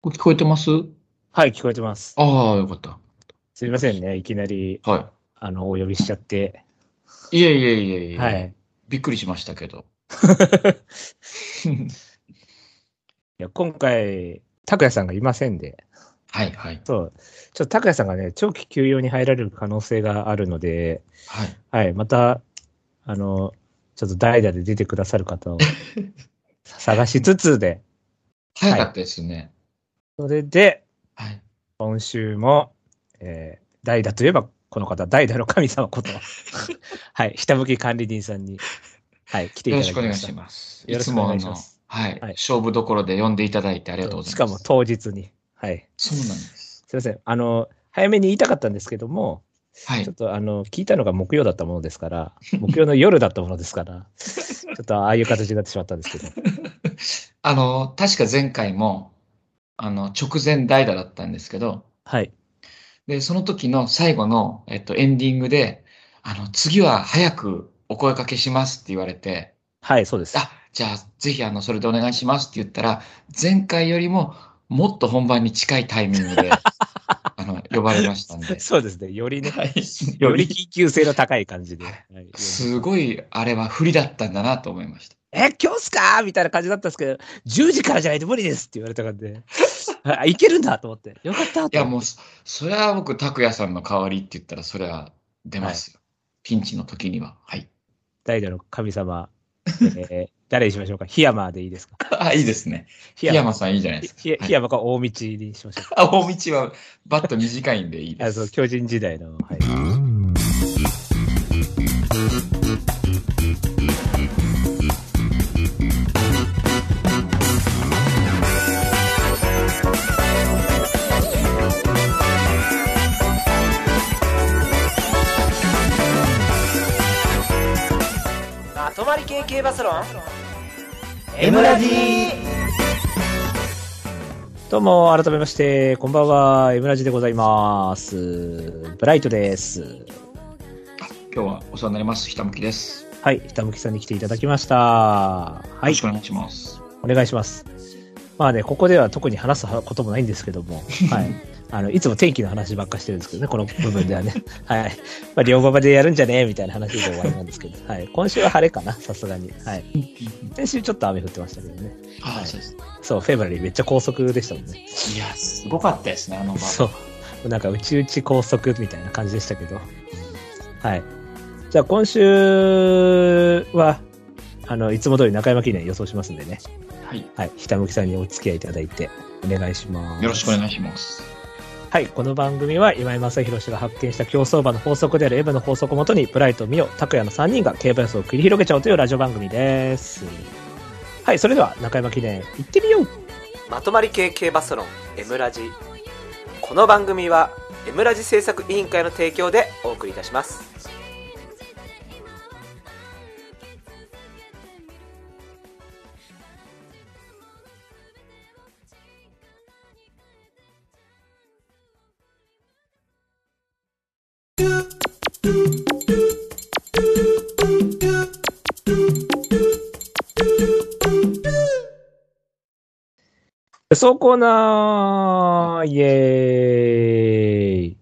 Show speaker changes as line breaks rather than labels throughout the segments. これ聞こえてます
はい、聞こえてます。
ああ、よかった。
すみませんね。いきなり、
は
あの、お呼びしちゃって。
い。いえいえいえいえ。
はい。い
びっくりしましたけど。
や今回、拓也さんがいませんで、
はいはい。
そう、ちょっと拓也さんがね、長期休養に入られる可能性があるので、
はい。
はい、また、あの、ちょっと代打で出てくださる方を 探しつつで、
早かったですね。
それで、
はい。
今週も、えー代打といえばこの方、代打の神様こと、 はい、ひたむき管理人さんに、はい、来てい
よろ
ただ
し
き
くお願
ま
い
した。
します。
よろし
つ
くお
もあ
願いし
の
ます、
はい。
はい
勝負どころで呼んでいただいてありがとうございます。
しかも当日に。はい。
そうなんです。
すいません。あの、早めに言いたかったんですけども、
は
ちょ
い
っ。とあの、聞いたのが木曜だったものですから、木曜の夜だったものです から、ちょっとああいう形になってしまったんですけど。
あの、確か前回も、あの、直前代打だったんですけど、
はい。
で、その時の最後の、えっと、エンディングで、あの、次は早くお声かけしますって言われて、
はい、そうです。
あ、じゃあ、ぜひ、あの、それでお願いしますって言ったら、前回よりも、もっと本番に近いタイミング で、あの、呼ばれましたんで。
そうですね。よりね、
はい
より緊急性の高い感じで。
は
はい
すごい、あれは不利だったんだなと思いました。
え、今日っすかみたいな感じだったんですけど、10時からじゃないと無理ですって言われたから で、あ、いけるんだと思って。よかった
い
と
や、
思
も
っ
う、そそれは僕、拓也さんの代わりって言ったら、それは出ますよ。ピンチの時には。はい。
て代打の神様、えー誰にしましょうか檜山 でいいですか
あ、いいですね。檜
檜山
山さんいいじゃないですか。
檜檜山か大道にしましょうか
あ、大道は、バット短いんでいいで
あそう
す。
巨人時代の、はい。
まとまり系系バスロン
M ラジどうも、改めまして、こんばんは、エムラジでございます。ブライトです。
今日はお世話になります。ひたむきです。
はい、ひたむきさんに来ていただきました。は
よろ
い
し、くお願いします。
お願いします。まあね、ここでは特に話すこともないんですけど も、はい。あの、いつも天気の話ばっかしてるんですけどね、この部分ではね。 はい。まあ、両馬場でやるんじゃねえみたいな話で終わりなんですけど、はい。今週は晴れかな、さすがに。はい。先週ちょっと雨降ってましたけどね。
あ
はい
そうです。
そう、フェブラリーめっちゃ高速でしたもんね。
いや、すごかったですね、あの場。
そう。なんか、うちうち高速みたいな感じでしたけど。はい。じゃあ、今週は、あの、いつも通り中山記念予想しますんでね。
はい。
はい。ひたむきさんにお付き合いいただいて、お願いします。
よろしくお願いします。
はい。この番組は、今井正弘氏が発見した競走馬の法則であるエブの法則をもとに、ブライト、ミオ、拓也の3人が競馬予想を繰り広げちゃおうというラジオ番組です。はい。それでは、中山記念、行ってみよう
まとまり系系バスロン M ラジこの番組は M ラジ制作委員会の提供でお送りいたします
予想コーナーイエーイ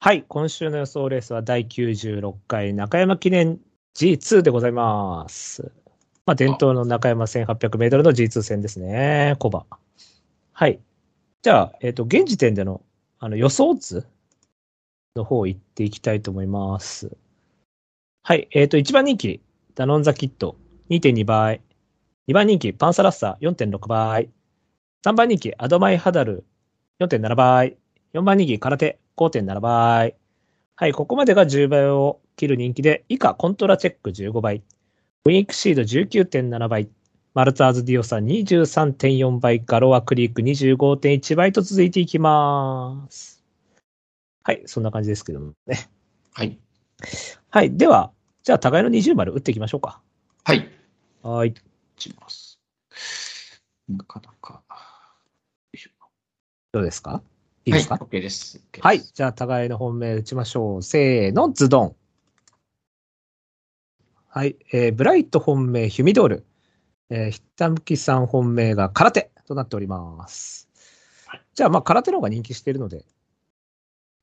はい、今週の予想レースは第96回中山記念 G2 でございます。まあ、伝統の中山1800メートルの G2 戦ですね、コバ。はい。じゃあ、えっ、と、現時点でのあの予想図の方行っていきたいと思います。はい、えっ、と、1番人気、ダノンザキット、2.2倍。2番人気、パンサラッサ、4.6倍。3番人気、アドマイハダル、4.7倍。4番人気、空手、5.7倍。はい、ここまでが10倍を切る人気で、以下、コントラチェック15倍。ウィンクシード19.7倍。マルターズ・ディオさん23.4倍。ガロア・クリーク25.1倍と続いていきます。はい、そんな感じですけどもね。
はい。
はい、では、じゃあ、互いの20丸打っていきましょうか。
はい。打
はい。
ちます。なかなか。
どうですかいいですか、
はい、OK です。OK です
はい。。じゃあ、互いの本命打ちましょう。せーの、ズドン。はい。えー、ブライト本命、ヒュミドール。えー、ひたむきさん本命が空手。となっております。じゃあ、まあ、空手の方が人気しているので、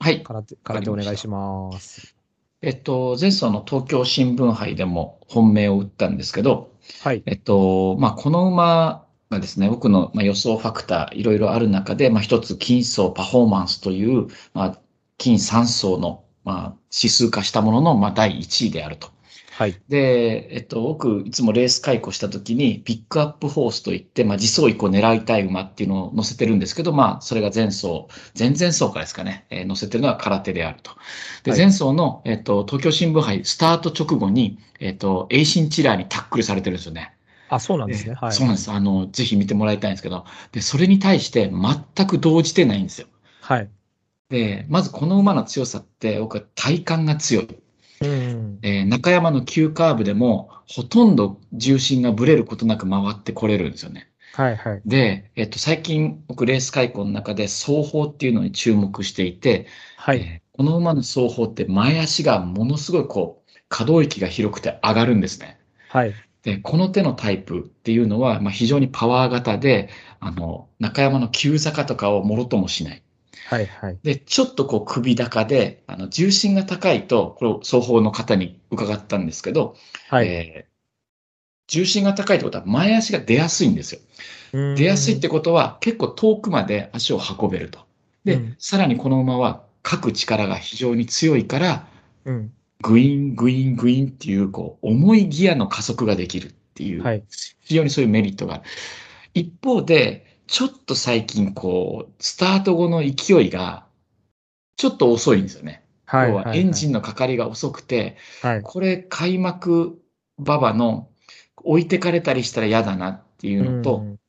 はい。
空手、空手お願いします。
えっと、前走の東京新聞杯でも本命を打ったんですけど、
はい。
えっと、まあ、この馬がですね、僕のまあ予想ファクター、いろいろある中で、まあ、一つ、金層パフォーマンスという、まあ、金3層の、まあ、指数化したものの、まあ、第1位であると。
はい。
で、えっと、僕、いつもレース解雇した時に、ピックアップホースといって、まあ、自走一個狙いたい馬っていうのを乗せてるんですけど、まあ、それが前走、前々走からですかね、えー乗せてるのは空手であると。で、
はい
前走の、えっと、東京新聞杯スタート直後に、えっと、エイシンチラーにタックルされてるんですよね。
あ、そうなんですね。はい。
そうなんです。あの、ぜひ見てもらいたいんですけど、で、それに対して全く動じてないんですよ。
はい。
で、まずこの馬の強さって、僕は体幹が強い。
うん。
えー中山の急カーブでも、ほとんど重心がぶれることなく回ってこれるんですよね。
はい、はい。
で、えっと、最近、僕、レース解雇の中で、走法っていうのに注目していて、
はい。
えーこの馬の走法って、前足がものすごいこう、可動域が広くて上がるんですね。
はい。
で、この手のタイプっていうのは、まあ、非常にパワー型で、あの、中山の急坂とかをもろともしない。
はい、はい。
で、ちょっとこう首高で、あの、重心が高いと、これを双方の方に伺ったんですけど、
はい。
えー重心が高いってことは前足が出やすいんですよ。出やすいってことは結構遠くまで足を運べると。で、
うん
さらにこの馬は書く力が非常に強いから、
うん。
グイングイングインっていう、こう、重いギアの加速ができるっていう、
はい
非常にそういうメリットがある。一方で、ちょっと最近、こう、スタート後の勢いが、ちょっと遅いんですよね。
はい。
要はエンジ
ン。
ンのかかりが遅くて、
はい。
これ開幕馬場の置いてかれたりしたら嫌だなっていうのと、
うん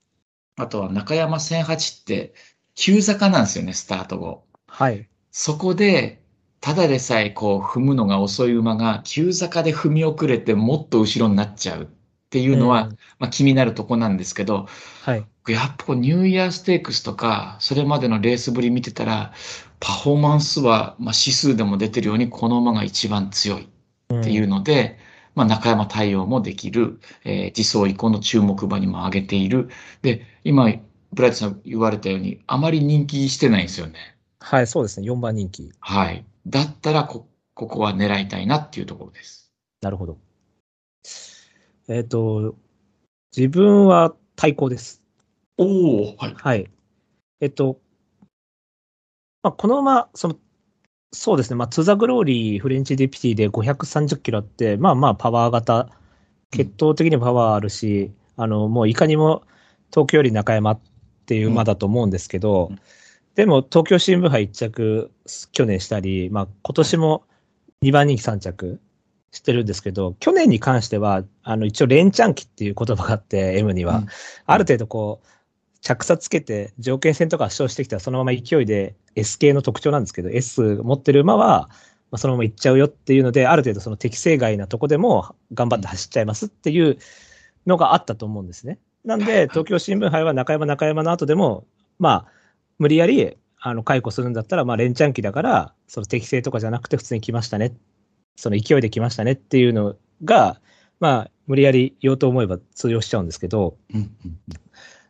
あとは中山1008って急坂なんですよね、スタート後。
はい。
そこで、ただでさえこう踏むのが遅い馬が急坂で踏み遅れてもっと後ろになっちゃうっていうのは、
ん、
まあ、気になるとこなんですけど、
はい。
やっぱこうニューイヤーステークスとか、それまでのレースぶり見てたら、パフォーマンスは、まあ、指数でも出てるようにこの馬が一番強いっていうので、まあ、中山対応もできる、えー、自走以降の注目馬にも挙げている。で、今、ブライトさん言われたように、あまり人気してないんですよね。
はい、そうですね。4番人気。
はい。だったらこ、ここは狙いたいなっていうところです。
なるほど。えっ、と、自分は対抗です。
おおはい。
はい。えっと、まあ、この馬、その、そうですね、まあ、トゥザグローリー、フレンチディピティで530キロあって、まあまあパワー型、血統的にもパワーあるし、あの、もういかにも東京より中山っていう馬だと思うんですけど、
うん
でも東京新聞杯1着去年したり、まあ今年も2番人気3着してるんですけど、去年に関しては、あの一応連チャン期っていう言葉があって、M には。
うん
ある程度こう、着差つけて条件戦とか圧勝してきたらそのまま勢いで S 系の特徴なんですけど、S 持ってる馬は、まあ、そのまま行っちゃうよっていうので、ある程度その適正外なとこでも頑張って走っちゃいますっていうのがあったと思うんですね。なん
はいはい
で、東京新聞杯は中山中山の後でも、まあ、無理やり、あの、解雇するんだったら、まあ、連チャン期だから、その適正とかじゃなくて普通に来ましたね。その勢いで来ましたねっていうのが、まあ、無理やり言おうと思えば通用しちゃうんですけど、
うん うん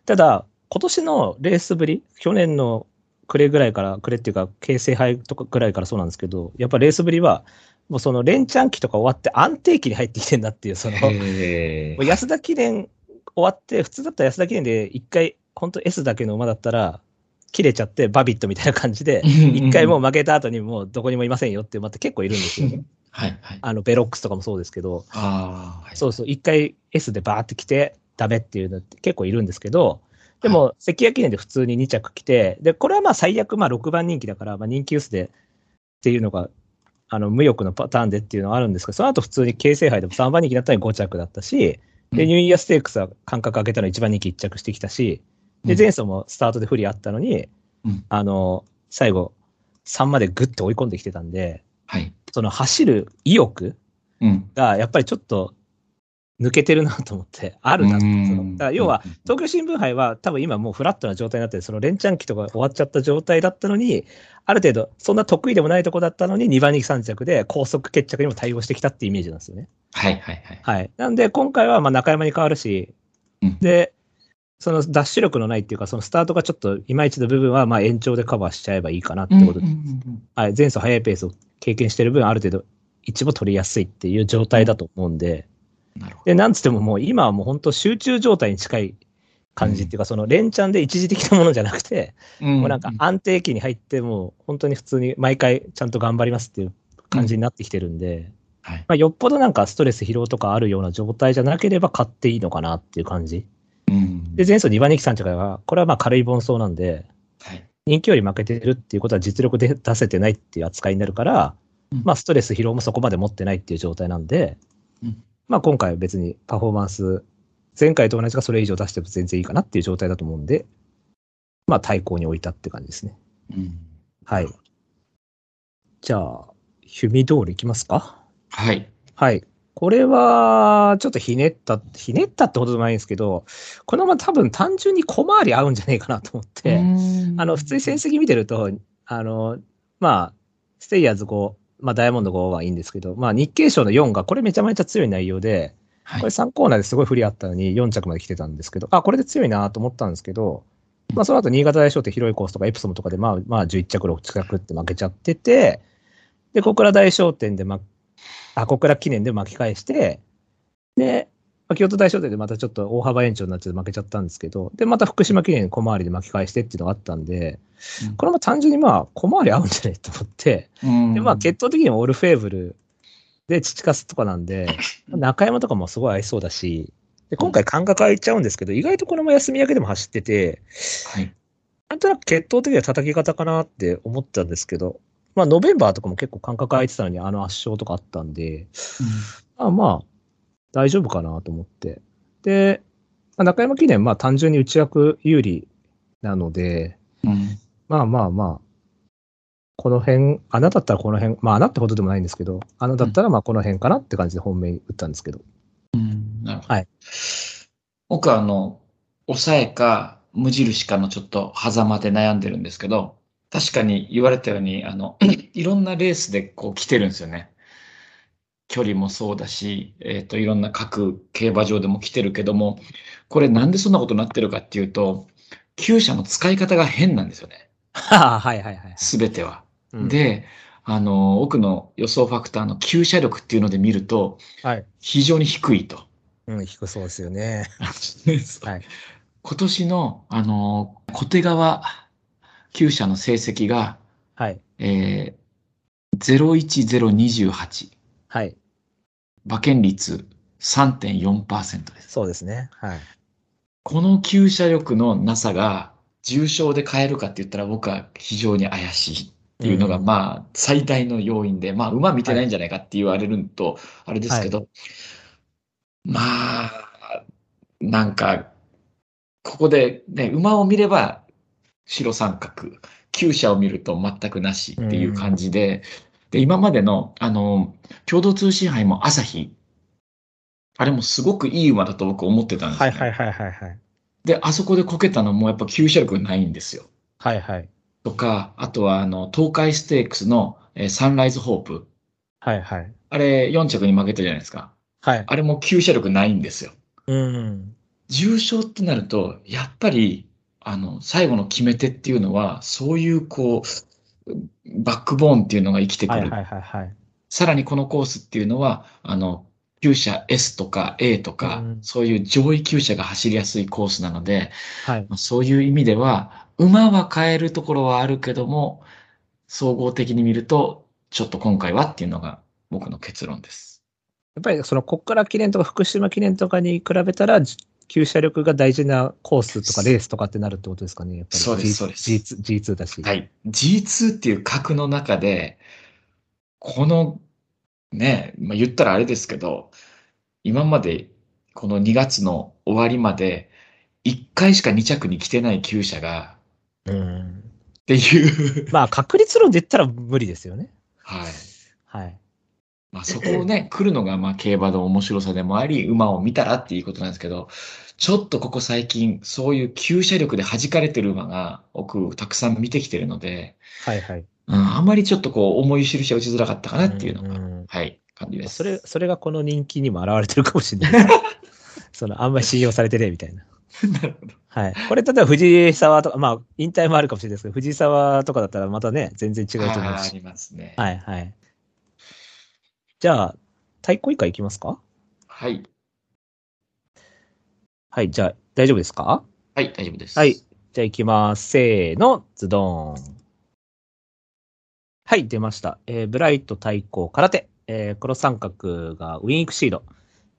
ただ、今年のレースぶり、去年の暮れぐらいから、暮れっていうか、京成杯とかぐらいからそうなんですけど、やっぱレースぶりは、もうその連チャン期とか終わって安定期に入ってきてんだっていう、その、も
へ
う
ー
安田記念終わって、普通だったら安田記念で一回、本当 S だけの馬だったら、切れちゃって、バビットみたいな感じで、一回もう負けた後にもうどこにもいませんよっていう馬って結構いるんですよね。
はいはい。
あの、ベロックスとかもそうですけど、
ああ、はい。
そうそう、一回 S でバーって来て、ダメっていうのって結構いるんですけど、でも、関谷記念で普通に2着来て、で、これはまあ最悪、まあ6番人気だから、まあ人気薄でっていうのが、あの、無欲のパターンでっていうのはあるんですけど、その後普通に京成杯でも3番人気だったのに5着だったし、
う
で、
ん
ニューイヤーステークスは間隔開けたの1番人気1着してきたし、で、前走もスタートで不利あったのに、
うん
あの、最後、3までグッて追い込んできてたんで、
はい。
その走る意欲、
うん。
が、やっぱりちょっと抜けてるなと思って、 あるなと
うん
そのだから要は、、東京新聞杯は多分今もうフラットな状態になってる、その連チャン期とか終わっちゃった状態だったのに、ある程度、そんな得意でもないとこだったのに、2番人気3着で高速決着にも対応してきたってイメージなんですよね。
はいはいはい。
はい。なんで、今回はまあ中山に変わるし、
うん
で、そのダッシュ力のないっていうか、そのスタートがちょっといまいちの部分は、まあ延長でカバーしちゃえばいいかなって
うんう
こ
ん
と
う
で、
ん
はい、前走速いペースを経験してる分、ある程度、一も取りやすいっていう状態だと思うんで、
なるほど。
で、なんつってももう今はもう本当集中状態に近い感じっていうか、その連チャンで一時的なものじゃなくて、もうなんか安定期に入って、もう本当に普通に毎回ちゃんと頑張りますっていう感じになってきてるんで、
はい。
まあ、よっぽどなんかストレス疲労とかあるような状態じゃなければ買っていいのかなっていう感じ。
うん
で、前走2番人気3着が、これはまあ軽い盆走なんで、
はい
人気より負けてるっていうことは実力で出せてないっていう扱いになるから、
うん
まあストレス疲労もそこまで持ってないっていう状態なんで、
うん
まあ今回は別にパフォーマンス、前回と同じかそれ以上出しても全然いいかなっていう状態だと思うんで、まあ対抗に置いたって感じですね。
うん
はい。じゃあ、ヒュミ通りいきますか
はい。
はい。これは、ちょっとひねった、ひねったってことでもないんですけど、このまま多分単純に小回り合うんじゃねえかなと思って、あの、普通に戦績見てると、あの、まあ、ステイヤーズ5、まあ、ダイヤモンド5はいいんですけど、まあ、日経賞の4が、これめちゃめちゃ強い内容で、
はい
これ3コーナーですごい不利あったのに4着まで来てたんですけど、あ、これで強いなと思ったんですけど、まあ、その後、新潟大賞って広いコースとかエプソムとかで、まあ、まあ、11着、6着って負けちゃってて、で、小倉大賞典で、ま、あ、小倉記念で巻き返して、で、まあ京都大賞典でまたちょっと大幅延長になっちゃって負けちゃったんですけど、で、また福島記念小回りで巻き返してっていうのがあったんで、
うん
これも単純にまあ、小回り合うんじゃないと思って、
うん
で、まあ、血統的にもオールフェーブルで、チチカスとかなん で、中山とかもすごい合いそうだし、で今回間隔空いちゃうんですけど、意外とこれも休み明けでも走ってて、
はい。
なんとなく決闘的には叩き方かなって思ったんですけど、まあ、ノベンバーとかも結構間隔空いてたのに、あの圧勝とかあったんで、まあまあ、大丈夫かなと思って。で、まあ中山記念、まあ単純に内枠有利なので、
うんうん
まあまあまあ、この辺、穴だったらこの辺、まあ穴ってほどでもないんですけど、穴だったらまあこの辺かなって感じで本命打ったんですけど。
うんなるほど
はい。
僕はあの、抑えか無印かのちょっと狭間で悩んでるんですけど、確かに言われたように、あの、 いろんなレースでこう来てるんですよね。距離もそうだし、えっと、いろんな各競馬場でも来てるけども、これなんでそんなことになってるかっていうと、厩舎の使い方が変なんですよね。
はあ、はいはいはい。
すべては。
うん、
で、あの、奥の予想ファクターの吸射力っていうので見ると、
はい。
非常に低いと。
うん、低そうですよね。はい
今年の、あの、小手川厩舎の成績が、
はい。
えー、01028、
はい。
馬券率3.4%です。
そうですね。はい。
この厩舎力のなさが、重症で買えるかって言ったら僕は非常に怪しいっていうのが、
うん
まあ、最大の要因で、まあ、馬見てないんじゃないかって言われるのと、あれですけど、まあ、なんか、ここでね、馬を見れば白三角、厩舎を見ると全くなしっていう感じで、で、今までの、あの、共同通信杯も朝日、あれもすごくいい馬だと僕思ってたんです
は
よ、
い
ね。
はいはいはいはい。
で、あそこでこけたのもやっぱ厩舎力ないんですよ。
はいはい。
とか、あとはあの、東海ステークスの、えーサンライズホープ。
はいはい。
あれ、4着に負けたじゃないですか。
はい。
あれも厩舎力ないんですよ。
うん。
重症ってなると、やっぱり、あの、最後の決め手っていうのは、そういうこう、バックボーンっていうのが生きてく
は
る。
いはいはいはい。
さらにこのコースっていうのは、あの、厩舎 S とか A とか、
うん
そういう上位厩舎が走りやすいコースなので、
はい。
まあそういう意味では、馬は変えるところはあるけども、総合的に見ると、ちょっと今回はっていうのが僕の結論です。
やっぱりそのこっから記念とか福島記念とかに比べたら、じ旧車力が大事なコースとかレースとかってなるってことですかね、やっぱり。
そうです
G-
そうです
G2, G2 だし。
は。い。G2 っていう格の中で、この、ね、まあ、言ったらあれですけど、今までこの2月の終わりまで、1回しか2着に来てない厩舎が、
うん。
って いう、
まあ、確率論で言ったら無理ですよね。
はい。
はい。
まあ、そこを ね、来るのがまあ競馬の面白さでもあり、馬を見たらっていうことなんですけど、ちょっとここ最近、そういう厩舎力で弾かれてる馬が、僕、たくさん見てきてるので、
はいはい。
うん、あまりちょっとこう、思い印は打ちづらかったかなっていうのが、
ん
はい、感じです。
それ、それがこの人気にも表れてるかもしれない。その、あんまり信用されてねえみたいな。
なるほど。
はい。これ、例えば藤沢とか、まあ、引退もあるかもしれないですけど、藤沢とかだったらまたね、全然違うと思う
はいあ
し。
りますね。
はい、はい。じゃあ、太鼓以下いきますか
はい。
はい、じゃあ、大丈夫ですか
はい、大丈夫です。
はい。じゃあ行きます。せーの、ズドーン。はい、出ました。えーブライト対抗空手。えー黒三角がウィンイクシード。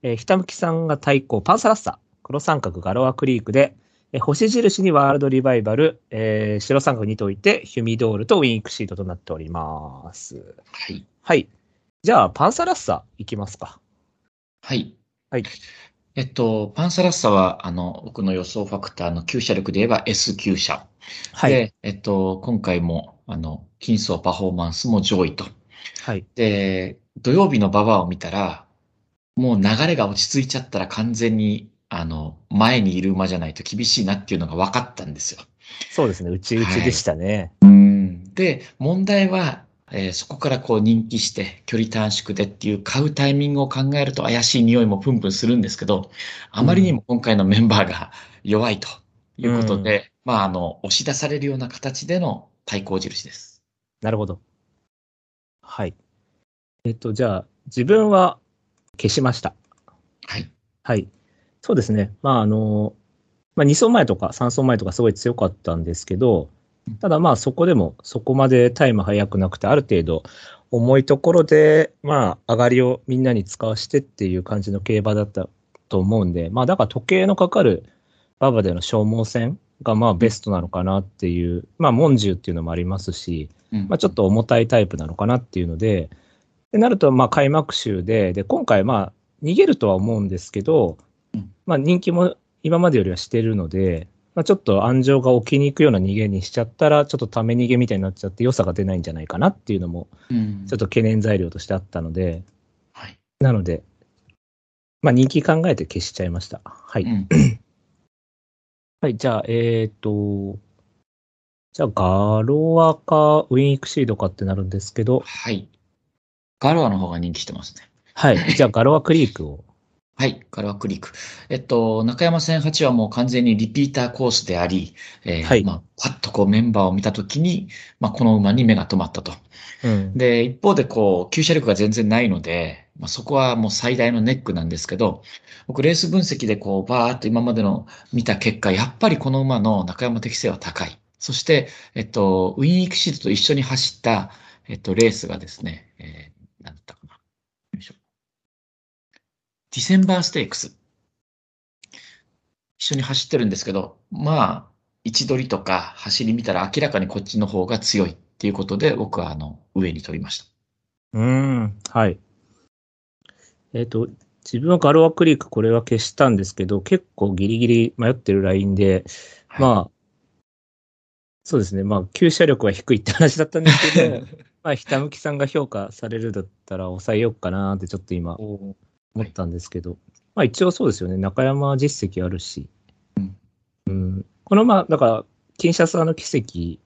えーひたむきさんが対抗パンサラッサ。黒三角ガロアクリークで、えー星印にワールドリバイバル、えー白三角にといて、ヒュミドールとウィンイクシードとなっております。
はい。
はい。じゃあ、パンサラッサいきますか。
はい。
はい。
えっと、パンサラッサは、あの、僕の予想ファクターの9社力で言えば S 級社。
はい。
で、えっと、今回も、あの、金層パフォーマンスも上位と。
はい。
で、土曜日のババアを見たら、もう流れが落ち着いちゃったら完全に、あの、前にいる馬じゃないと厳しいなっていうのが分かったんですよ。
そうですね。うちうちでしたね。
うんで、問題は、えーそこからこう人気して、距離短縮でっていう買うタイミングを考えると怪しい匂いもプンプンするんですけど、あまりにも今回のメンバーが弱いということで、まあ、あの、押し出されるような形での対抗印です。
なるほど。はい。えっと、じゃあ、自分は消しました。
はい。
はい。そうですね。まあ、あの、まあ、2走前とか3走前とかすごい強かったんですけど、ただまあそこでもそこまでタイム早くなくて、ある程度重いところで、まあ上がりをみんなに使わしてっていう感じの競馬だったと思うんで、まあだから時計のかかる馬場での消耗戦がまあベストなのかなっていう、まあモンジュっていうのもありますし、
うん
まあ、ちょっと重たいタイプなのかなっていうので、でなると、まあ、開幕週で、で、今回、まあ、逃げるとは思うんですけど
うん、
まあ、人気も今までよりはしてるので、まあ、ちょっと安城が置きに行くような逃げにしちゃったら、ちょっとため逃げみたいになっちゃって、良さが出ないんじゃないかなっていうのも、
うん
ちょっと懸念材料としてあったので、
はい。
なので、まあ、人気考えて消しちゃいました。はい。
うん
はい、じゃあ、えっ、と、じゃあ、ガロアか、ウィンイクシードかってなるんですけど、
はい。ガロアの方が人気してますね。
はい。じゃあ、ガロアクリークを。
はい、ガロアクリーク。えっと、中山戦8はもう完全にリピーターコースであり、えー
はい
まあ、パッとこうメンバーを見たときに、まあ、この馬に目が止まったと。
うん。
で、一方でこう、急車力が全然ないので、まあ、そこはもう最大のネックなんですけど、僕レース分析でこう、バーっと今までの見た結果、やっぱりこの馬の中山適性は高い。そして、えっと、ウィンイクシードと一緒に走った、えっと、レースがですね、えー、なんだったかな。よいしょ。ディセンバーステークス。一緒に走ってるんですけど、まあ、位置取りとか走り見たら明らかにこっちの方が強いっていうことで、僕はあの、上に取りました。
うん。はい。えっ、と、自分はガロアクリークこれは消したんですけど、結構ギリギリ迷ってるラインで、
はい
まあ、そうですね。まあ、吸射力は低いって話だったんですけ ど、まあ、ひたむきさんが評価されるだったら抑えようかなってちょっと今
お
思ったんですけど、まあ一応そうですよね。中山実績あるし。うんこのまあ、だから、金シャスあの奇跡っ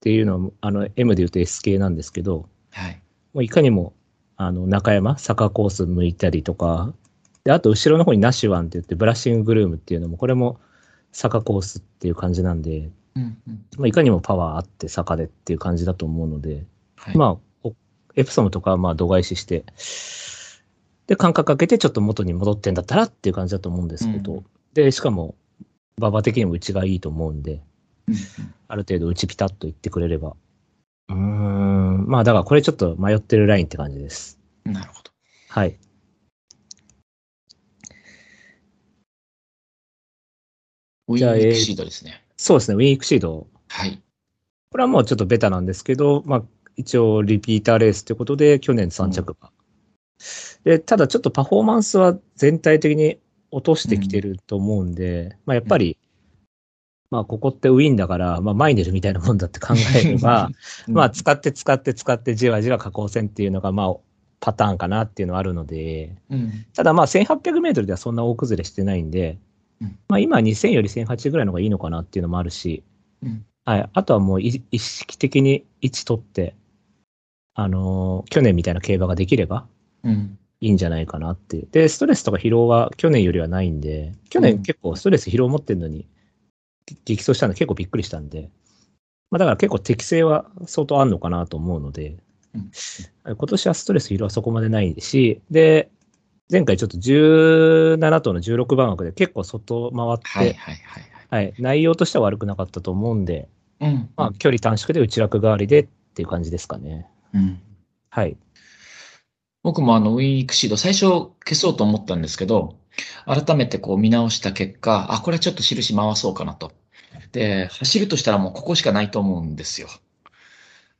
ていうのも、あの、M で言うと S 系なんですけど、
はい。
もういかにも、あの、中山、坂コース向いたりとか、で、あと後ろの方にナシュワンって言って、ブラッシンググルームっていうのも、これも坂コースっていう感じなんで、
うんうん
まあ、いかにもパワーあって坂でっていう感じだと思うので、
はい、
まあ、おエプソムとかはまあ度外視して、で、間隔かけてちょっと元に戻ってんだったらっていう感じだと思うんですけど、
うん
で、しかも、馬場的にもうちがいいと思うんで、
うん
ある程度うちピタッといってくれれば。うーん、まあだからこれちょっと迷ってるラインって感じです。
うんなるほど。
はい。
ウ
じゃあ
ィン・イクシードですね。
そうですね、ウィークシード。
はい。
これはもうちょっとベタなんですけど、まあ一応リピーターレースということで、去年3着が。で、ただちょっとパフォーマンスは全体的に落としてきてると思うんで、まあやっぱり、まあここってウィンだから、まあマイネルみたいなもんだって考えれば、 まあ、使って使って使ってじわじわ下降線っていうのが、まあ、パターンかなっていうのはあるので、
うん、
ただまあ、1800メートルではそんな大崩れしてないんで
うん、
まあ、今2000より1008ぐらいの方がいいのかなっていうのもあるし
うん、
はい。あとはもうい意識的に位置取って、あのー去年みたいな競馬ができれば、
うん。
いいんじゃないかなっていう。で、ストレスとか疲労は去年よりはないんで、去
うん
年結構ストレス疲労持ってるのに、激走したんで結構びっくりしたんで、まあだから結構適性は相当あんのかなと思うので、
うん
今年はストレス疲労はそこまでないし、で、前回ちょっと17との16番枠で結構外回って、
はいはいはい
はい、内容としては悪くなかったと思うんで、
はい。うん。
まあ、距離短縮で内枠代わりでっていう感じですかね。
うん。
はい。
僕もあの、ウィークシード、最初消そうと思ったんですけど、改めてこう見直した結果、あ、これはちょっと印回そうかなと。で、走るとしたらもうここしかないと思うんですよ。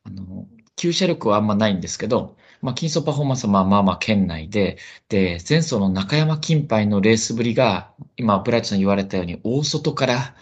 あの、急車力はあんまないんですけど、まあ、金層パフォーマンスはまあまあまあ圏内で、で、前走の中山金杯のレースぶりが、今、ブライトさん言われたように、大外から、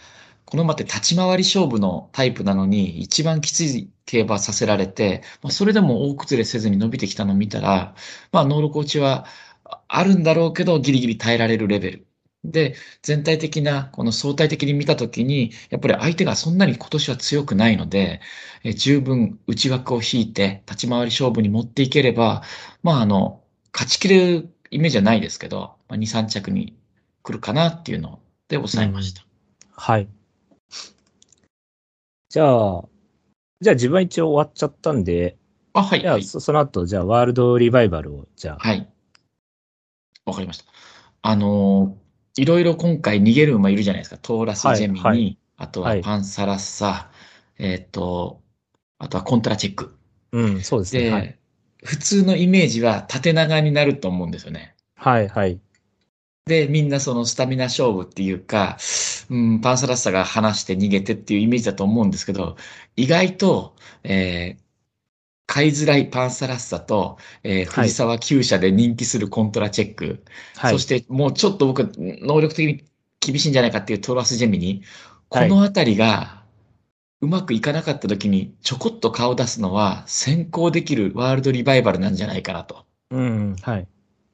この馬って立ち回り勝負のタイプなのに、一番きつい競馬させられて、まあ、それでも大崩れせずに伸びてきたのを見たら、まあ、能力落ちはああるんだろうけど、ギリギリ耐えられるレベル。で、全体的な、この相対的に見たときに、やっぱり相手がそんなに今年は強くないので、え十分内枠を引いて、立ち回り勝負に持っていければ、まあ、あの、勝ち切れるイメージはないですけど、まあ、2、3着に来るかなっていうので抑えました。
はい。じゃあ、じゃあ自分は一応終わっちゃったんで、
あ、はい、
じゃ
は
あ
い。
そその後、じゃあワールドリバイバルを、じゃあ、
はい。わかりました。あのーいろいろ今回逃げる馬いるじゃないですか。トーラス・ジェミニ、
はいはい
あとは
はい
パンサラッサ、えーっと、あとはコントラチェック。
うん、そうですね。
で、
はい、
普通のイメージは縦長になると思うんですよね。
はい、はい。
で、みんなそのスタミナ勝負っていうか、うん、パンサラッサが離して逃げてっていうイメージだと思うんですけど、意外と、えー買いづらいパンサラッサと、えー
はい
藤沢厩舎で人気するコントラチェック、
はい
そしてもうちょっと僕、能力的に厳しいんじゃないかっていうトラスジェミニ、こ
はい
のあたりがうまくいかなかった時にちょこっと顔を出すのは先行できるワールドリバイバルなんじゃないかなと。
うん、はい。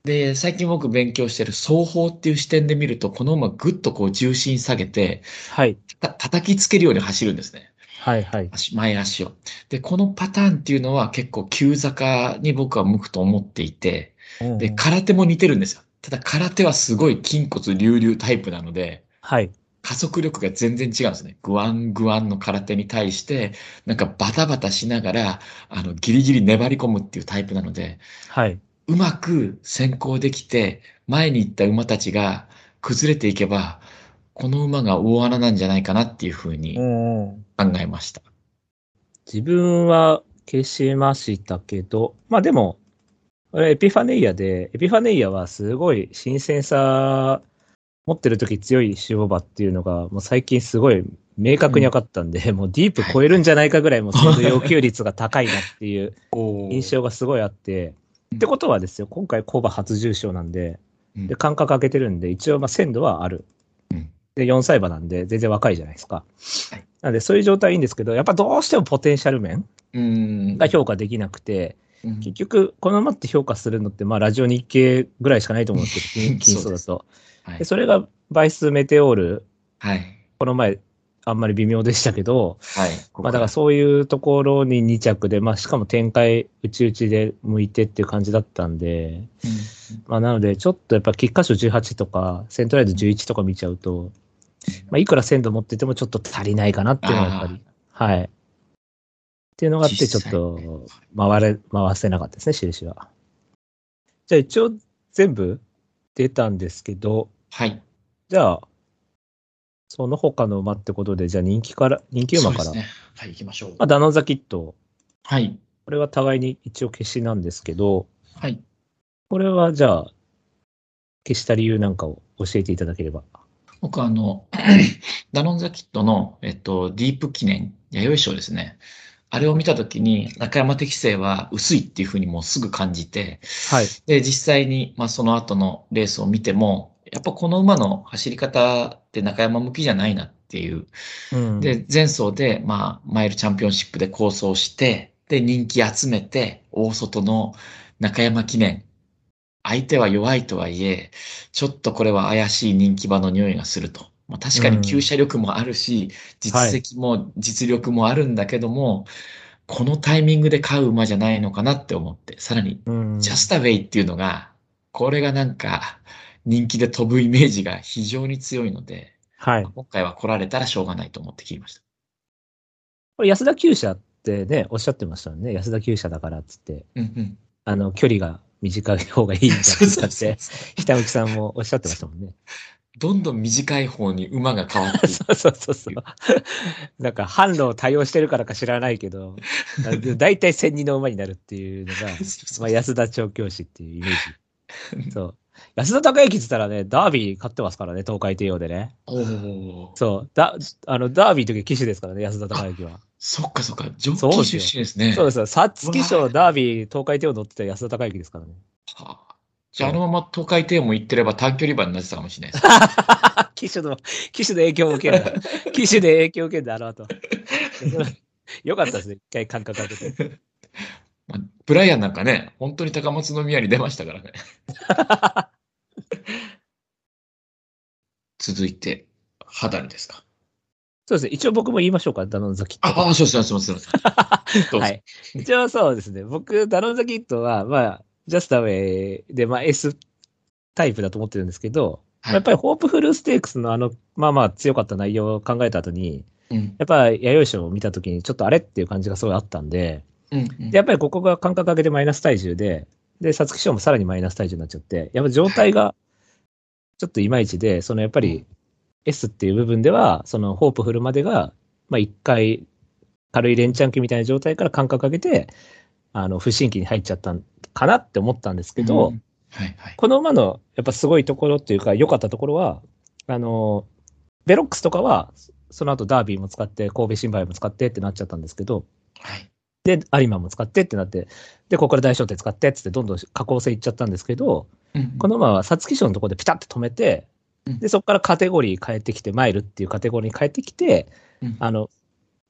で、最近僕勉強してる双方っていう視点で見ると、この馬ぐっとこう重心下げて、
はい、
た叩きつけるように走るんですね。
はい、はい。
足、前足を。で、このパターンっていうのは結構急坂に僕は向くと思っていて、
うん
で、空手も似てるんですよ。ただ空手はすごい筋骨隆々タイプなので、
はい、
加速力が全然違うんですね。グワングワンの空手に対して、なんかバタバタしながら、あの、ギリギリ粘り込むっていうタイプなので、
はい。
うまく先行できて、前に行った馬たちが崩れていけば、この馬が大穴なんじゃないかなっていうふうに
うん
考えました。
自分は消しましたけど、まあでも、俺エピファネイアで、エピファネイアはすごい新鮮さ持ってる時強い塩場っていうのが、もう最近すごい明確に分かったんで、もうディープ超えるんじゃないかぐらいもうその要求率が高いなっていう印象がすごいあって、
うん
ってことはですよ、今回コバ初重賞なんで、
うん
で間隔空けてるんで、一応まあ鮮度はある
うん。
で、4歳馬なんで全然若いじゃないですか
はい。
なんでそういう状態いいんですけど、やっぱどうしてもポテンシャル面
うん。
が評価できなくて、
うん
結局、このままって評価するのって、まあ、ラジオ日経ぐらいしかないと思うんで すけど、金金
そう
層
で
だ
す
と。
はい
で、。それが、倍数メテオール、
はい。
この前、あんまり微妙でしたけど、
はい。
まあ、だからそういうところに2着で、まあ、しかも展開、内々で向いてっていう感じだったんで、
うん
まあ、なので、ちょっとやっぱ、菊花賞18とか、セントライド11とか見ちゃうと、まあ、いくら鮮度持っててもちょっと足りないかなっていうのはやっぱり、はい。っていうのがあって、ちょっ
実際ね
と、回れ、回せなかったですね、印は。じゃあ一応、全部出たんですけど、
はい。
じゃあ、その他の馬ってことで、じゃあ人気から、人気馬か
そ
ら、
うですね。はい、行きましょう
まあ、。ダノンザキット、
はい。
これは互いに一応消しなんですけど、
はい。
これはじゃあ、消した理由なんかを教えていただければ。
僕あの、 ダノンザキットの、えっと、ディープ記念、弥生賞ですね。あれを見たときに、中山適正は薄いっていうふうにもうすぐ感じて、
はい。
で、実際に、まあ、その後のレースを見ても、やっぱこの馬の走り方って中山向きじゃないなっていう。
うん、
で、前走で、まあ、マイルチャンピオンシップで構想して、で、人気集めて、大外の中山記念。相手は弱いとはいえ、ちょっとこれは怪しい人気馬の匂いがすると。まあ、確かに急車力もあるし、実績も実力もあるんだけども、このタイミングで買う馬じゃないのかなって思って、さらに
うん、
ジャスタウェイっていうのが、これがなんか人気で飛ぶイメージが非常に強いので、
はい。
今回は来られたらしょうがないと思って切りました。
これ安田厩舎ってね、おっしゃってましたよね。安田厩舎だからっつって、
うんうん。
あの、距離が短い方がいいんだ
そう そう
っ
そ
て
う、。
北内さんもおっしゃってましたもんね。
どんどん短い方に馬が変わっていく。
そうそうそうそう。 なんか、販路を多用してるからか知らないけど、だいたい千二の馬になるっていう のが、 まあ、安田調教師っていうイメー ジ。そう。安田孝之って言ったらね、ダービー勝ってますからね、東海帝王でね。
おお。
そう。だ、あの、ダービーの時騎手ですからね、安田孝之 は。
そっかそっか。ジョ
そう
ッ
で
キー出
すよ
身ですね。
そうですよ。サッツ騎
う
賞、
わ
ダービー、東海帝王乗ってた安田孝之ですからね。
はあじゃあ、あのまま東海帝王も行ってれば短距離馬になってたかもしれないです。
騎手の、騎手の影響を受けるんだ。 騎手で影響を受けるんだ、あの後。 よかったですね、一回感覚かけて。
まあブライアンなんかね、本当に高松宮に出ましたから ね。続いて、肌にですか。
そうですね、一応僕も言いましょうか、ダノンザキット。
ああ、そうですね、すみません。すいませんどうぞ
はい。一応そうですね。僕、ダノンザキットは、まあ、ジャスタウェイで、まあ、S タイプだと思ってるんですけど、
はい
やっぱりホープフルステークスのあの、まあまあ強かった内容を考えた後に、
うん
やっぱ弥生賞を見た時にちょっとあれっていう感じがすごいあったんで、
うんうん
でやっぱりここが感覚上げてマイナス体重で、で、皐月賞もさらにマイナス体重になっちゃって、やっぱ状態がちょっといまいちで、そのやっぱり S っていう部分では、そのホープフルまでが、まあ一回軽い連チャン期みたいな状態から感覚上げて、あの、不振期に入っちゃったんかなって思ったんですけど、
うんはいはい。
この馬のやっぱすごいところっていうか、良かったところは、あの、ベロックスとかは、その後ダービーも使って、神戸新聞も使ってってなっちゃったんですけど、
はい。
で、有馬も使ってってなって、で、ここから大小手使ってっつって、どんどん下降性いっちゃったんですけど、
うん
この馬は皐月賞のところでピタッと止めて、
うん
で、そこからカテゴリー変えてきて、マイルっていうカテゴリーに変えてきて、
うん
あの、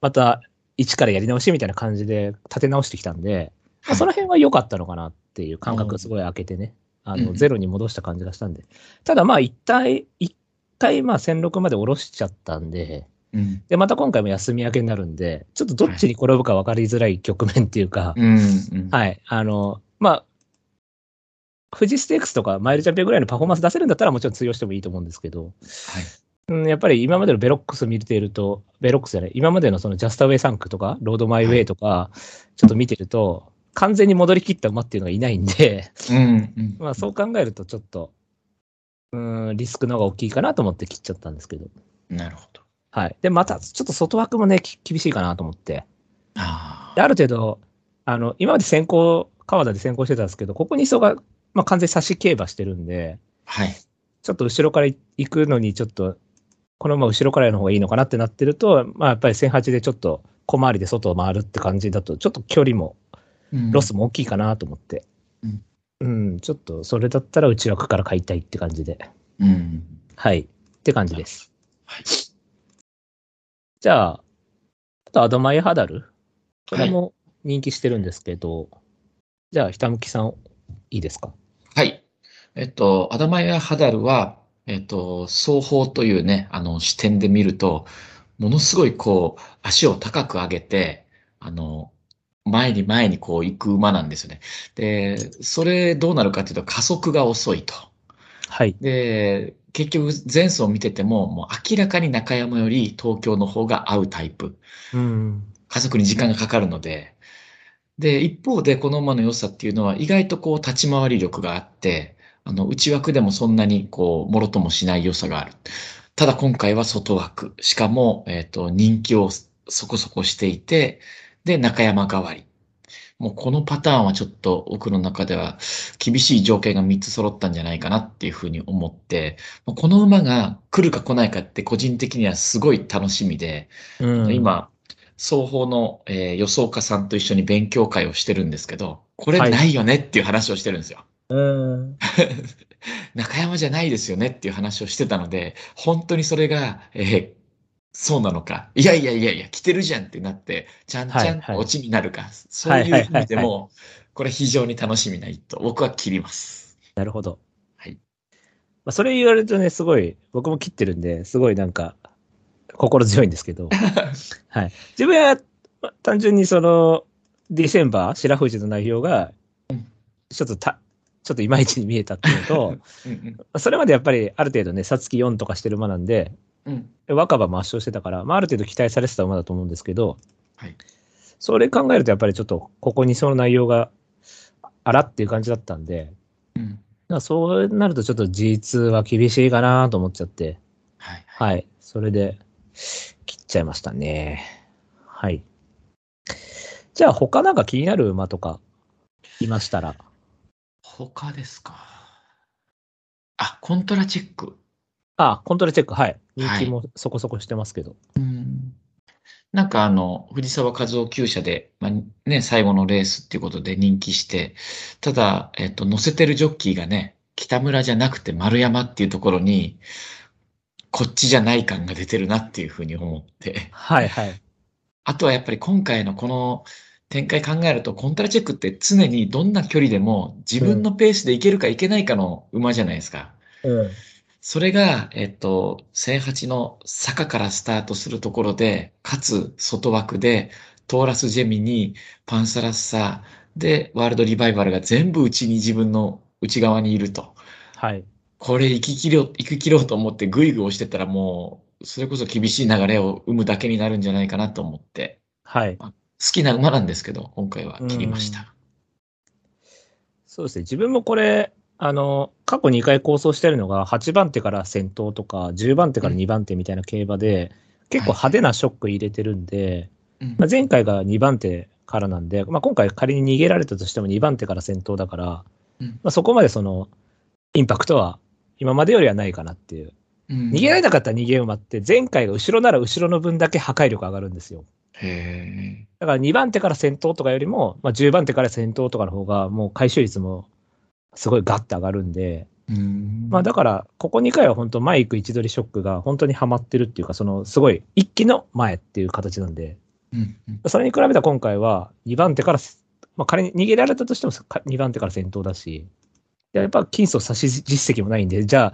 また、一からやり直しみたいな感じで立て直してきたんで、まあその辺は良かったのかなっていう感覚すごい開けてね、あ
う
の、
ん
ゼロに戻した感じがしたんで。ただまあ、一体、一回まあ、1006まで下ろしちゃったんで、
うん。
で、また今回も休み明けになるんで、ちょっとどっちに転ぶか分かりづらい局面っていうか、
うんうん。
はい、あの、まあ、富士ステークスとかマイルチャンピオンぐらいのパフォーマンス出せるんだったらもちろん通用してもいいと思うんですけど、
はい
うん、やっぱり今までのベロックス見ていると、ベロックスじゃない、今までのそのジャスタウェイサンクとか、ロードマイウェイとか、ちょっと見てると、完全に戻りきった馬っていうのがいないんで、
うんうん。
まあそう考えるとちょっと、うん、リスクの方が大きいかなと思って切っちゃったんですけど。
なるほど。
はい。で、また、ちょっと外枠もね、き厳しいかなと思って。
あ
で、ある程度、あの、今まで先行、川田で先行してたんですけど、ここに層が、まあ、完全に差し競馬してるんで、
あ。はい。
ちょっと後ろからい行くのに、ちょっと、このまま後ろからの方がいいのかなってなってると、まあ、やっぱり1008でちょっと小回りで外を回るって感じだと、ちょっと距離も、
うん
ロスも大きいかなと思って。
うん
うん、ちょっと、それだったら内枠から買いたいって感じで。
うん。
はい。って感じです。
はい
じゃあ、あとアドマイハダル。これ
はい
も人気してるんですけど、じゃあ、ひたむきさん、いいですか
はい。えっと、アダマイア・ハダルは、えっと、双方というね、あの、視点で見ると、ものすごいこう、足を高く上げて、あの、前に前にこう行く馬なんですよね。で、それどうなるかというと加速が遅いと。
はい。
で、結局前走を見てても、もう明らかに中山より東京の方が合うタイプ。
うん。
加速に時間がかかるので、で、一方でこの馬の良さっていうのは意外とこう立ち回り力があって、あの内枠でもそんなにこう、もろともしない良さがある。ただ今回は外枠。しかも、えっ、と、人気をそこそこしていて、で、中山代わり。もうこのパターンはちょっと僕の中では厳しい条件が3つ揃ったんじゃないかなっていうふうに思って、この馬が来るか来ないかって個人的にはすごい楽しみで、
うん、
今、双方の、えー予想家さんと一緒に勉強会をしてるんですけど、これないよねっていう話をしてるんですよ。
うん。
中山じゃないですよねっていう話をしてたので、本当にそれが、えーそうなのか、いやいやいやいや、来てるじゃんってなって、ちゃんちゃん
はいはい
とオチになるか、そういう意味で
はいはいは
も、これ非常に楽しみな一頭、僕は切ります。
なるほど。
はい。
まあ、それ言われるとね、すごい、僕も切ってるんで、すごいなんか、心強いんですけど、はい。自分は、まあ単純にその、ディセンバー、白富士の内容が、ちょっとた、ちょっといまいちに見えたっていうのと、
うん
それまでやっぱりある程度ね、さつき4とかしてる馬なんで、
うんうん
若葉も圧勝してたから、まあ、ある程度期待されてた馬だと思うんですけど、
はい
それ考えるとやっぱりちょっとここにその内容があらっていう感じだったんで、
うん
だからそうなるとちょっと G2 は厳しいかなと思っちゃって、
はい
はい、それで切っちゃいましたね。はい。じゃあ他なんか気になる馬とかいましたら、
他ですかあコントラチェック
あ、コントロールチェック、はい。人
はい
気もそこそこしてますけど。
うんなんかあの、藤沢和夫厩舎で、まあね、最後のレースっていうことで人気して、ただ、えっと、乗せてるジョッキーがね、北村じゃなくて丸山っていうところに、こっちじゃない感が出てるなっていうふうに思って。
はい、はい。
あとはやっぱり今回のこの展開考えると、コントラチェックって常にどんな距離でも自分のペースでいけるかいけないかの馬じゃないですか。
うん。
それが、えっと、千八の坂からスタートするところで、かつ外枠で、トーラスジェミニー、パンサラッサーで、ワールドリバイバルが全部うちに自分の内側にいると。
はい。
これ、行き切ろう、行き切ろうと思ってグイグイ押してたらもう、それこそ厳しい流れを生むだけになるんじゃないかなと思って、
はい。
好きな馬なんですけど、今回は切りました。
そうですね、自分もこれ、あの過去2回構想してるのが、8番手から先頭とか、10番手から2番手みたいな競馬で、結構派手なショック入れてるんで、
うん
まあ、前回が2番手からなんで、まあ、今回、仮に逃げられたとしても2番手から先頭だから、
うん
まあ、そこまでそのインパクトは今までよりはないかなっていう、
うん
逃げられなかった逃げ馬って、前回が後ろなら後ろの分だけ破壊力上がるんですよ。
へ
だから2番手から先頭とかよりも、まあ、10番手から先頭とかの方が、もう回収率もすごいガッて上がるんで、
ーうん
まあだから、ここ2回は本当、前行く位置取りショックが本当にはまってるっていうか、そのすごい一気の前っていう形なんで、
うん うん
それに比べたら今回は2番手から、まあ仮に逃げられたとしても2番手から先頭だし、でやっぱ金層差し実績もないんで、じゃあ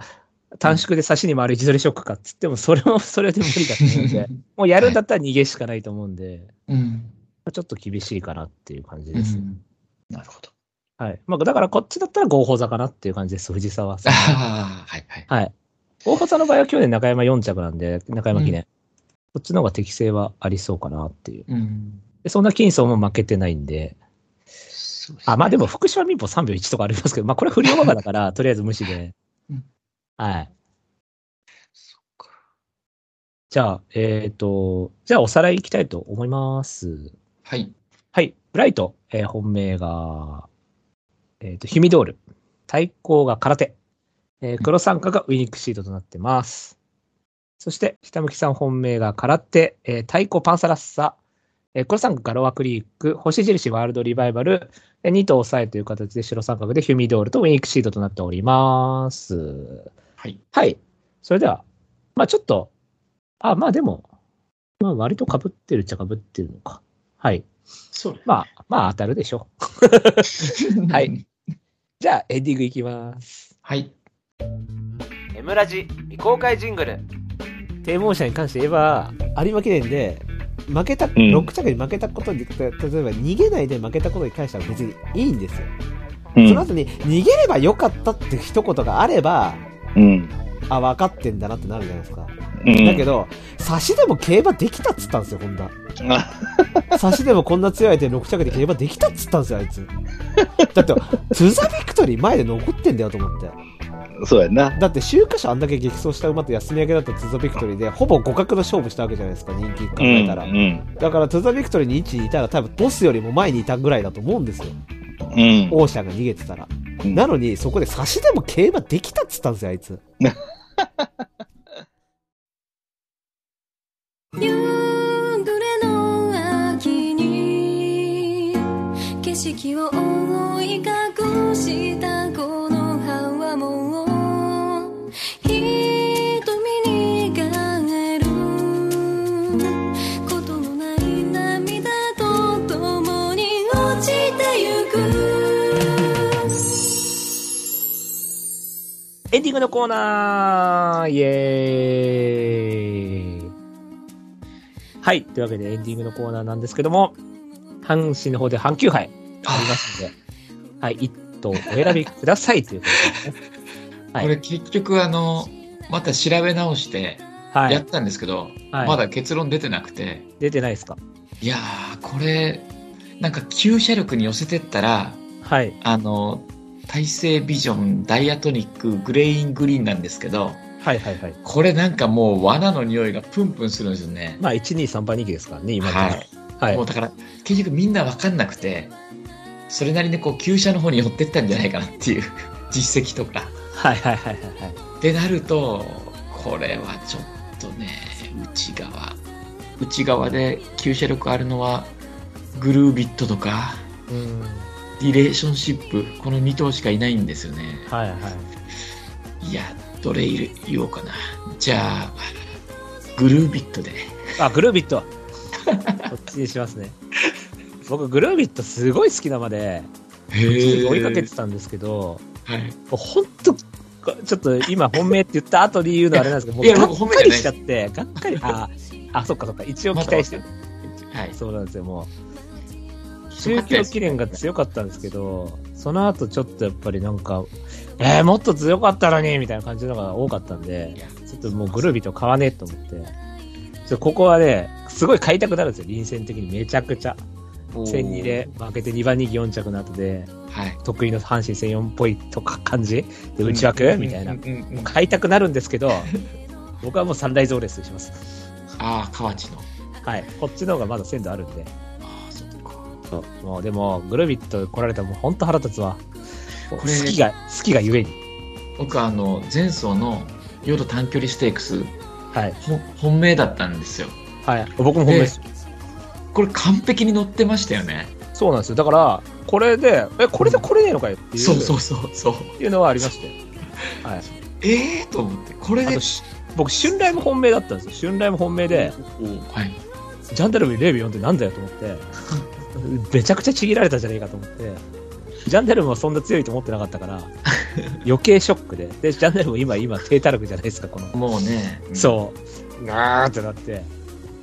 短縮で差しに回る位置取りショックかっつっても、それもそれで無理だと思う んで、もうやるんだったら逃げしかないと思うんで。
うん
ちょっと厳しいかなっていう感じです。
うんなるほど。
はい。まあ、だからこっちだったら合法座かなっていう感じです、藤 沢さん。
ああ、はいはい。
はい。合法座の場合は去年中山4着なんで、中山記念。こっちの方が適性はありそうかなっていう。
うん。
で、そんな金層も負けてないんで。
そうですね
あ、まあでも福島民法3秒1とかありますけど、まあこれ不良馬場だから、とりあえず無視で
うん。
はい。
そっか
じゃあ、えっ、と、じゃあおさらいいきたいと思います。
はい。
はい。ブライト、えー本命が、えっ、と、ヒミドール。対抗が空手。えー黒参加がウィニックシードとなってます。そして、ひたむきさん本命が空手、えー対抗パンサラッサ、えー黒三角ガロアクリーク、星印ワールドリバイバル、え2頭抑えという形で白三角でヒュミドールとウィニックシードとなっております。
はい。
はい。それでは、まあちょっと、あ、まあでも、まあ割と被ってるっちゃ被ってるのか。はい。
そうです
まあ、まあ当たるでしょう。
ね
はい。じゃあエンディングいきます。
はい。
エムラジ未公開ジングル
低毛者に関して言えば、有馬記念で、負けた、6着に負けたことに、例えば逃げないで負けたことに関しては別にいいんですよ。
うん
その後に、逃げればよかったって一言があれば、
うん。
あ、分かってんだなってなるじゃないですか。
うん。
だけど、差しでも競馬できたっつったんですよ、ホンダ。
あ
差しでもこんな強い相手6着で競馬できたっつったんですよ、あいつ。だって、ト ゥザビクトリー前で残ってんだよと思って。
そうやな。
だって、週刊誌あんだけ激走した馬と休み明けだったトゥザビクトリーで、ほぼ互角の勝負したわけじゃないですか、人気考
う
え
ん。
たら。
うん。
だから、トゥザビクトリーに1にいたら、多分ボスよりも前にいたぐらいだと思うんですよ。
うん。
オーシャンが逃げてたら。
うん
なのに、そこで差しでも競馬できたっつったんですよ、あいつ。
夕暮れの秋に景色を覆い隠したこの葉はもう瞳に輝ることのない涙と共に落ちてゆく
エンディングのコーナーイエーイはい。というわけでエンディングのコーナーなんですけども、阪神の方で阪急杯ありますので、はい。一トをお選びくださいということですね。はい
これ結局あの、また調べ直して
は
やっ
い。
たんですけど、
はい
まだ結論出てなくて、
出てないですか
いやー、これ、なんか吸射力に寄せてったら、
はい。
あの、体制ビジョン、ダイアトニック、グレイングリーンなんですけど、
はいはいはい。
これなんかもう罠の匂いがプンプンするんですよね。
まあ、1、2、3番人気ですからね、今の
は
はいい。。はい
もう。だから、結局みんなわかんなくて、それなりにこう、旧車の方に寄ってったんじゃないかなっていう 実績とか。
はいはいはいはいはい。
ってなると、これはちょっとね、内側。内側で旧車力あるのは、グルービットとか、
うん。
リレーションシップ、この2頭しかいないんですよね。
はいはい。
いや、どれ入れ言おうかな。じゃあ、グルービットで。
あ、グルービット。こっちにしますね。僕、グルービットすごい好きなまで、一時期追いかけてたんですけど、
はい。
もう本当、ちょっと今本命って言った後に言うのはあれなんですけど、も
いや
う
僕
がっ
本命
か
じゃ
り
ない
しちゃって、がっかり、あ、あ、そっかそっか、一応期待してる。
はい。
そうなんですよ、もう。中京記念が強かったんですけど、その後ちょっとやっぱりなんか、えー、もっと強かったのにみたいな感じのが多かったんで
いや、
ちょっともうグルービーと買わねえと思って、ちょっとここはね、すごい買いたくなるんですよ、臨戦的にめちゃくちゃ。戦2で負けて2番人気4着の後で、
はい。
得意の阪神戦4っぽいとか感じで内枠、みたいな
うん。うんうんうん
買いたくなるんですけど、 僕はもうサンライズオーレスにします。
ああ、河内の。
はい。こっちの方がまだ鮮度あるんで。
ああ、そっか。
そうもうでも、グルビット来られたらもう本当腹立つわ。好
れ
きが、好きがゆえに。
僕あの、前走の夜短距離ステークス、
はい。
ほ本命だったんですよ。
はい。僕も本命です。
これ完璧に乗ってましたよね。
そうなんですよ。だから、これで、え、これで来れねえのかよっていう、
そうそうそうそう。
っていうのはありまして。はい。
ええー、と思って、これ
あ
で
と、。し僕、春来も本命だったんですよ。春来も本命で、
はい。
ジャンダルムに0秒4ってなんだよと 思って、めちゃくちゃちぎられたじゃねえかと思って、ジャンダルムはそんな強いと思ってなかっ たから、余計ショックで、で、ジャンダルム今、今、低たらくじゃないですか、この。
もうね。
そう。なーってなって。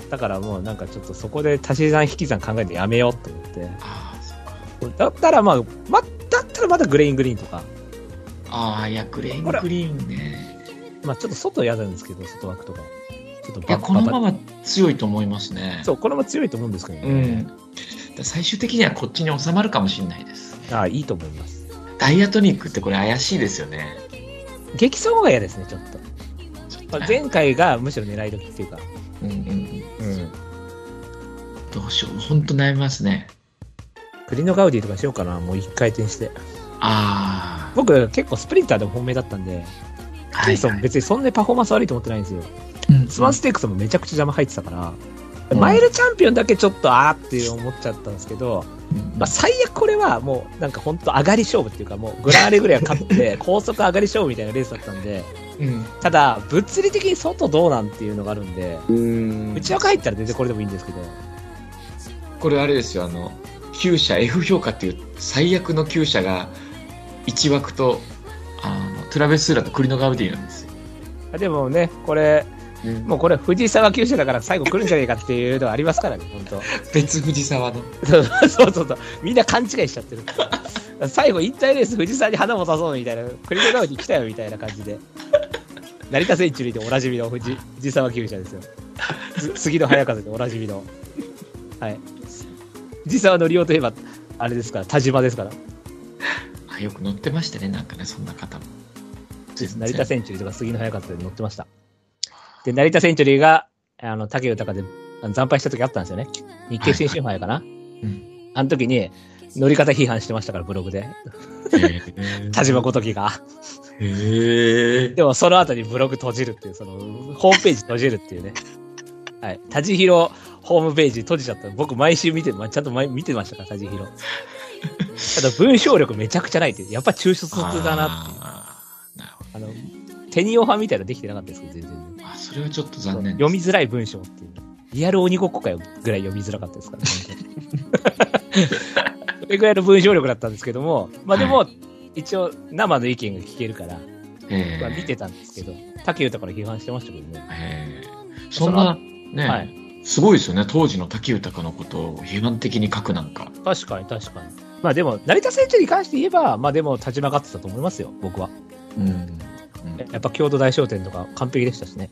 だからもうなんかちょっとそこで足し算引き算考えてやめようと思っ
ああ、そっか。
て。だったらまあ、ま、だったらまだグレイングリーンとか、
ああ、いや、グレイン
ほら
グリーンね。
まあちょっと外嫌なんですけど、外枠とか。ちょっと
いや、
バ
このま
バ
ま強いと思いますね。
そう、このまま強いと思うんですけ
う
どね。
ん。だから最終的にはこっちに収まるかもしれないです。
ああ、いいと思います。
ダイアトニックってこれ怪しいですよね。
激走が嫌ですね、ちょっと。まあ、
はい
前回がむしろ狙い時っていうか。
うんうんうん。
うん。
どうしよう。本当悩みますね。
クリノガウディとかしようかな、もう一回転して。
あ
僕、結構スプリンターでも本命だったんで、
あ。は
ケ
い
イソン別にそんなにパフォーマンス悪いと思ってないんですよ。
うん
スワンステークスもめちゃくちゃ邪魔入ってたから、
うん
マイルチャンピオンだけちょっとあーって思っちゃったんですけど、まあ、最悪これはもうなんか本当上がり勝負っていうかもうグランアレグレア勝って 高速上がり勝負みたいなレースだったんで、
うん。
ただ物理的に外どうなんていうのがあるんで、
うん
内枠入ったら全然これでもいいんですけど、
これあれですよ、あの、旧社 F 評価っていう最悪の旧社が1枠と、あの、トラベススーラとクリノガウディなんですよ。
あでもね、これ、もうこれ藤井沢球者だから最後来るんじゃねえかっていうのはありますからね、本当。
別藤沢の。
そうそうそうそう。みんな勘違いしちゃってるから。最後、引退レース、藤沢に花もさそうみたいな、クリケラウに来たよみたいな感じで。成田センチュリーでおなじみの藤藤沢球者ですよ。す 杉野早風でおなじみの。はい。藤沢の利用といえば、あれですから、田島ですから。
あ、よく乗ってましたね、なんかね、そんな方も。
成田センチュリーとか杉野早風で乗ってました。で、成田センチュリーが、あの、竹豊であの惨敗した時あったんですよね。日経新春杯かな、
ん
あの時に、乗り方批判してましたから、ブログで。田島ごときが。
へえ。
でもその後にブログ閉じるっていう、その、ホームページ閉じるっていうね。はい。タジヒロホームページ閉じちゃった。僕毎週見て、まちゃんと毎見てましたから、タジヒロ。ただ文章力めちゃくちゃないっていう。やっぱ抽出だな。
あーなるほ
あの、テニオ派みたいなのできてなかったですけど、全然。
ど。あ、それはちょっと残念です。
読みづらい文章っていう。リアル鬼ごっこかよぐらい読みづらかったで すから、ね、本当にそれぐらいの文章力だったんですけども、まあでも、一応生の意見が聞けるから、
えー
まあ、見てたんですけど、竹豊から批判してましたけどね。
えーそんな、ね、
は
すごいですよね、当時の滝豊のことを批判的に書くなんか。
確かに確かに。まあでも、成田選手に関して言えば、まあでも立ち曲がってたと思いますよ、僕は。
うん。
やっぱ京都大商店とか完璧でしたしね。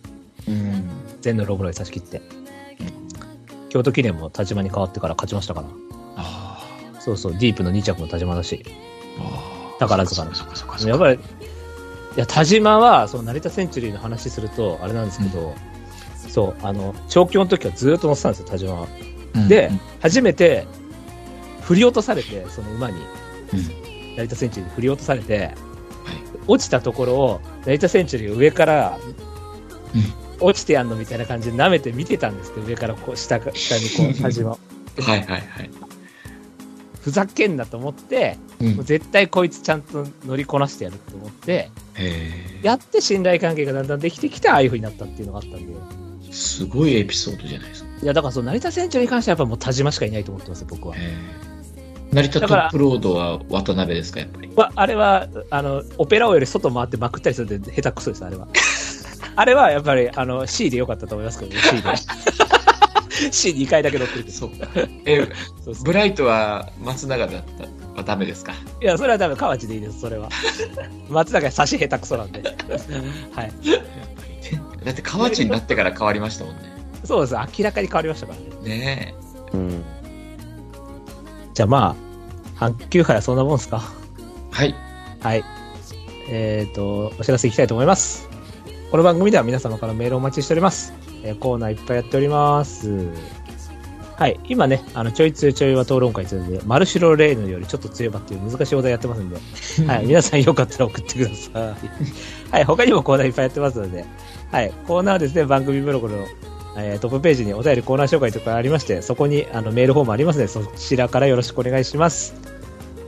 うん。
全のロブロイ差し切って。京都記念も田島に変わってから勝ちましたから。
あ
そうそう、ディープの2着も田島だし。
あ。
宝塚
の。
の
そっかそっかそっか
やっぱり、いや、田島は、その成田センチュリーの話すると、あれなんですけど、そう、あの、調教の時はずっと乗ってたんですよ、田島は。
うん
で、初めて、振り落とされて、その馬に、
うん
成田センチュリーに振り落とされて、落ちたところを、成田センチュリーが上から、落ちてやんのみたいな感じで舐めて見てたんですけど、上からこう下か、下にこう、田島を。
はいはいはい。
ふざけんなと思って、
うん
もう絶対こいつちゃんと乗りこなしてやると思って、
へ
やって信頼関係がだんだんできてきて、ああいう風になったっていうのがあったんで。
え。すごいエピソードじゃないですか。
いや、だからその成田船長に関してはやっぱもう田島しかいないと思ってますよ、僕は。
へえ成田ト
だから
ップロードは渡辺ですか、やっぱり。
まあ、あれは、あの、オペラ王より外回ってまくったりするんで、下手くそです、あ れは。あれはやっぱり、あの、C でよかったと思いますけど、ね、C で。C2 回だけ乗ってるけど。
そうか。え、
そうそう
ブライトは松永だったはダメですか。
いや、それは多分河内でいいです、それは。松坂差し下手くそなんで。はい。
だって河内になってから変わりましたもんね。
そうです、明らかに変わりましたからね。
ね
うん。
じゃあまあ、阪急杯はそんなもんですか。
え。はい。
はい。えっ、と、お知らせいきたいと思います。この番組では皆様からメールをお待ちしております。えーコーナーいっぱいやっております。はい。今ね、あの、ちょいつよちょいは討論会というので、マルシロレーヌよりちょっと強いばっていう難しいお題やってますんで、はい。皆さんよかったら送ってください。はい。他にもコーナーいっぱいやってますので、はい。コーナーはですね、番組ブログの、えートップページにお便りコーナー紹介とかありまして、そこにあのメールフォームありますので、そちらからよろしくお願いします。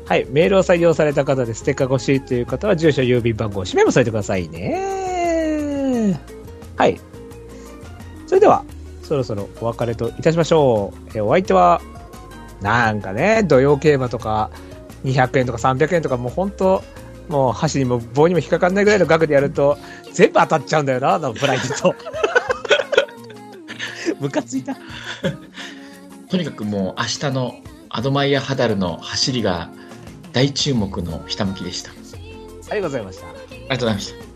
はい、メールを採用された方でステッカーが欲しいという方は、住所、郵便番号、氏名も添えてくださいね。はい。それでは、そろそろお別れといたしましょう。えお相手は、なんかね、土曜競馬とか、200円とか300円とか、もう本当、もう箸にも棒にも引っかかんないぐらいの額でやると、全部当たっちゃうんだよな、あのブライトと。ムカついた。
とにかくもう明日のアドマイヤハダルの走りが大注目のひたむきでした。あ
ありがとうございました。
りがとうございました。